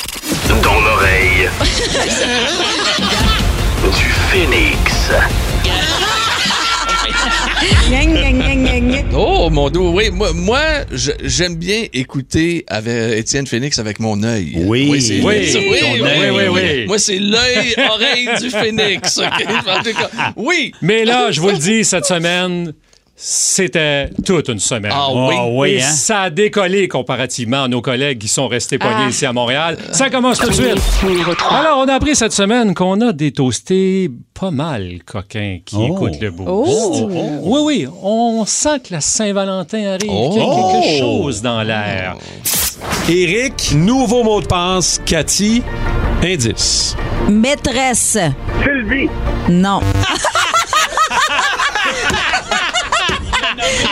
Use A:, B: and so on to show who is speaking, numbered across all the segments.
A: Du phénix.
B: Gang, gang, gang, gang, gang.
C: Oh, mon dos, oui. Moi, moi, je- j'aime bien écouter avec Étienne Phoenix avec mon œil.
D: Oui.
C: c'est-
D: Oui,
C: c'est-
E: ton œil, oui, oui.
C: Moi, c'est l'œil, oreille du Phoenix. ok? En tout cas, oui.
E: Mais
F: Ah,
E: là, je vous le dis, cette semaine, c'était toute une semaine.
C: Ah
D: Oh,
C: oui.
D: oui,
E: Et
D: hein?
E: ça a décollé comparativement à nos collègues qui sont restés pognés
B: Ah.
E: ici à Montréal. Ça commence tout de suite.
G: Numéro 3.
E: Alors, on a appris cette semaine qu'on a des toastés pas mal coquins qui
D: Oh.
E: écoutent le boost.
B: Oh.
E: Oui, oui, on sent que la Saint-Valentin arrive,
C: Oh.
E: qu'il y a quelque chose dans l'air.
D: Oh.
H: Eric, nouveau mot de passe. Cathy, indice.
B: Maîtresse. Sylvie. Non.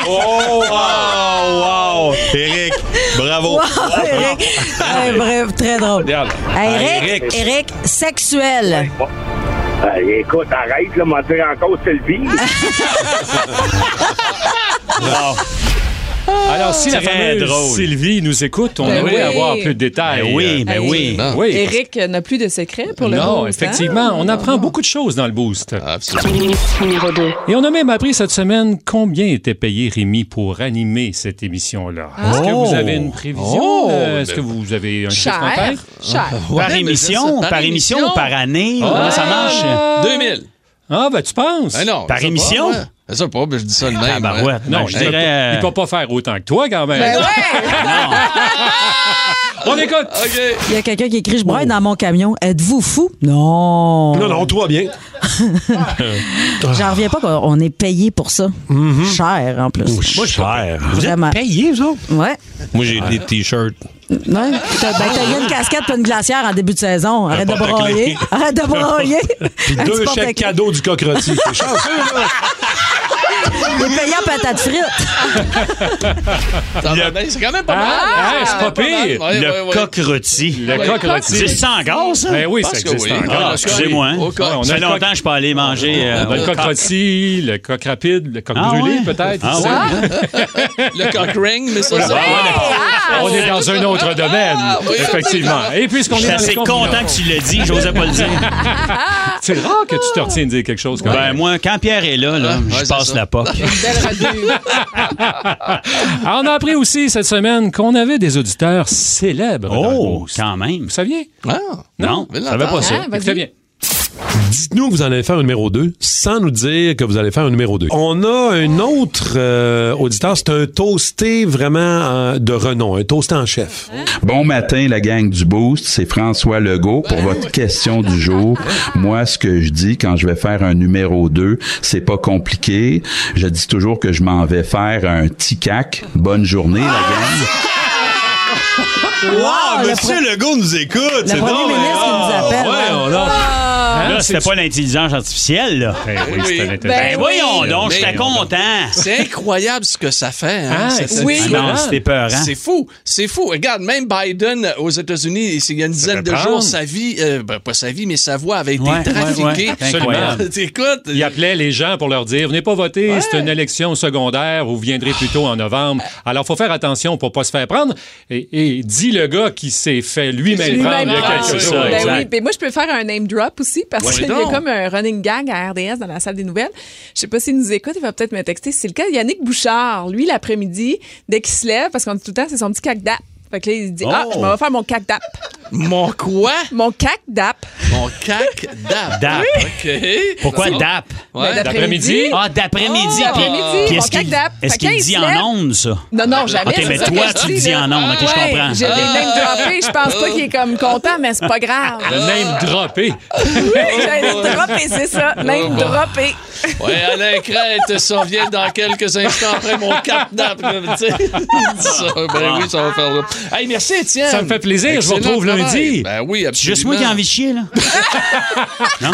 D: Oh, wow, wow. Eric, bravo.
B: Ah, Eric. Ouais, bref, très drôle.
H: Regarde.
B: Ah, Eric,
H: Eric.
B: Eric, sexuel.
A: Allez, Ben, écoute, arrête, là, m'en dire encore Sylvie.
E: Alors, si la
D: Très
E: fameuse
D: drôle.
E: Sylvie nous écoute, on
F: Ben
E: aimerait
F: oui.
E: avoir plus de détails.
D: Ben oui, ben oui.
C: Absolument.
E: Oui.
F: Eric n'a plus de secret pour le
E: non,
F: boost, hein?
E: effectivement, on apprend beaucoup de choses dans le
D: Ah.
E: boost.
C: Absolument.
G: Numéro 2.
E: Et on a même appris cette semaine combien était payé Rémi pour animer cette émission-là. Est-ce que
D: Oh.
E: vous avez une prévision?
C: Oh.
E: euh, Est-ce
C: Ben-
E: que vous avez un chiffre en
F: Cher,
E: tête?
F: cher.
C: Ouais,
D: Par
C: mais
D: émission,
C: ça,
D: par émission Ah. ou par année? Comment ça marche?
E: Ah.
C: 2000.
E: Ah, ben tu penses?
C: Ah non,
D: Par
C: je sais pas,
D: émission?
C: ouais. Je sais pas, mais je dis ça le même.
D: Ah, bah
C: hein.
D: ouais.
E: Non,
D: je
E: il peut-
D: dirais. euh,
E: il peut pas faire autant que toi quand même.
F: Ben ouais!
E: On écoute!
C: OK.
B: Il y a quelqu'un qui écrit Je braille dans mon camion. Êtes-vous fou? Non.
H: Non, non, toi bien.
B: J'en reviens pas qu'on on est payé pour ça. Cher, en plus.
H: Moi, cher.
D: Vous êtes
B: Vraiment.
D: payé, vous autres?
B: Ouais.
H: Moi, j'ai des t-shirts.
B: Ouais. T'as ben, t'as eu une casquette et une glacière en début de saison. Arrête de broyer. Arrête de broyer.
H: Puis
B: Un
H: deux
B: petit
H: chèques
B: porte-clés.
H: cadeaux du coq rôti. T'es chanceux, là.
B: T'es payé en patates frites.
C: Ça va bien, Ben, C'est quand même pas mal.
E: Ah, ah, c'est pas
C: Ouais,
E: pire!
C: ouais,
D: Le
C: ouais.
D: coq rôti.
E: Le
C: Ouais.
E: coq
D: Ça existe encore, ça?
E: Ben oui,
C: Je
E: ça
C: pense que
E: existe
C: oui.
E: encore.
D: Ah,
C: le
D: excusez-moi. hein.
C: Au coq.
E: Ouais, on
D: Ça
E: a
D: fait
E: le coq-
D: longtemps que je suis pas allé manger. euh,
E: le
D: au
E: coq
D: coq.
E: rôti, le coq rapide, le coq
D: Ah
E: brûlé
D: ouais?
E: peut-être.
D: Ah
E: tu sais.
D: ouais? Ah,
C: Le cock ring, mais ça, c'est...
E: Ah, On est dans un autre domaine,
C: oui,
E: effectivement. Et puisqu'on
D: Je
E: est
D: suis
E: dans
D: assez
E: les
D: content que tu l'aies dit, j'osais pas le dire.
E: C'est rare que tu te retiens de dire quelque chose comme
D: Ben, moi, quand Pierre est là, là,
C: Ouais, ouais,
D: je
C: c'est
D: passe
C: ça.
D: la POC.
E: Alors, Ah, on a appris aussi cette semaine qu'on avait des auditeurs célèbres. dans le
D: Oh,
E: Boost.
D: quand même.
E: Vous saviez?
C: Ah,
D: Non,
C: mais
E: Ça va pas
F: Ah,
E: ça.
F: vas-y.
E: Très bien.
H: Dites-nous que vous en allez faire un numéro 2 sans nous dire que vous allez faire un numéro 2. On a un autre euh, auditeur, c'est un toasté vraiment euh, de renom, un toasté en chef.
I: Bon matin, la gang du Boost, c'est François Legault pour votre question du jour. Moi, ce que je dis quand je vais faire un numéro 2, c'est pas compliqué. Je dis toujours que je m'en vais faire un ticac. Bonne journée, la gang.
D: Wow, Monsieur Legault nous écoute.
B: Le premier ministre qui nous appelle.
E: Ah, Ouais, on a- Hein,
D: Là,
E: c'est-
D: c'était Ah, pas l'intelligence artificielle, là.
E: Ben oui, c'était
C: Ben
E: l'intelligence.
D: Ben voyons
F: oui.
D: donc,
C: Ben
D: j'étais
E: voyons donc.
D: content.
C: C'est incroyable ce que ça fait. Hein,
E: Ah,
C: cette-
E: c'est-
F: Oui.
D: Ah
E: c'est-
D: non, c'était peur, hein?
C: C'est fou, c'est fou. Regarde, même Biden euh, aux États-Unis, il y a une dizaine de
E: reprend.
C: jours, sa vie, euh, ben, pas sa vie, mais sa voix avait été
D: Ouais, ouais,
C: trafiquée.
D: ouais. C'est incroyable.
C: T'écoutes,
E: Il appelait les gens pour leur dire Venez pas voter, c'est une élection secondaire, vous viendrez plus tôt en novembre. Alors, faut faire attention pour pas se faire prendre. Et, et dit le gars qui s'est fait lui-même
F: Lui-même
E: prendre Ah, il y a
F: prend,
E: quelque
D: c'est
E: chose.
D: ça,
F: Ben
D: exact.
F: oui, mais moi, je peux faire un name drop aussi parce
C: Ouais,
F: qu'il y a
C: donc.
F: comme un running gag à RDS dans la salle des nouvelles. Je sais pas s'il nous écoute, il va peut-être me texter. C'est le cas. Yannick Bouchard, lui, l'après-midi, dès qu'il se lève, parce qu'on dit tout le temps, c'est son petit cac d'ap. Fait que là, il se dit, ah, je
D: Oh.
F: m'en vais faire mon cac d'ap.
C: mon quoi?
F: Mon cac d'ap.
C: Mon cac dap.
D: Dap.
C: OK.
D: Pourquoi
C: Bon.
D: DAP?
C: Ouais.
F: Ben,
E: D'après-midi?
D: Ah, d'après-midi.
F: Ah,
D: puis-
F: d'après-midi,
D: puis
F: mon
D: Est-ce qu'il
F: cac-dap.
D: est-ce
F: Fait
D: qu'il
F: quand il
D: dit
F: se
D: en
F: lève-
D: ondes, ça?
F: Non, non, jamais.
D: OK,
F: c'est
D: mais
F: ça
D: toi,
F: que je
D: tu le
F: dis
D: dis
F: là.
D: en ondes. OK, je
F: Ouais,
D: comprends.
F: J'ai des name droppés. Je pense pas qu'il est comme content, mais c'est pas grave.
D: Ah,
E: Le name droppé.
F: Oui, j'ai name droppé, c'est ça. Name droppé.
C: Ouais, Alain Crête s'en vient dans quelques instants après mon cap dap. Tu sais, il dit ça. Ben oui, ça va faire là. Hey, merci, Étienne.
E: Ça me fait plaisir, je vous
C: Excellent
E: retrouve
C: travail.
E: lundi.
C: Ben oui, absolument.
D: Juste moi qui ai envie de chier, là.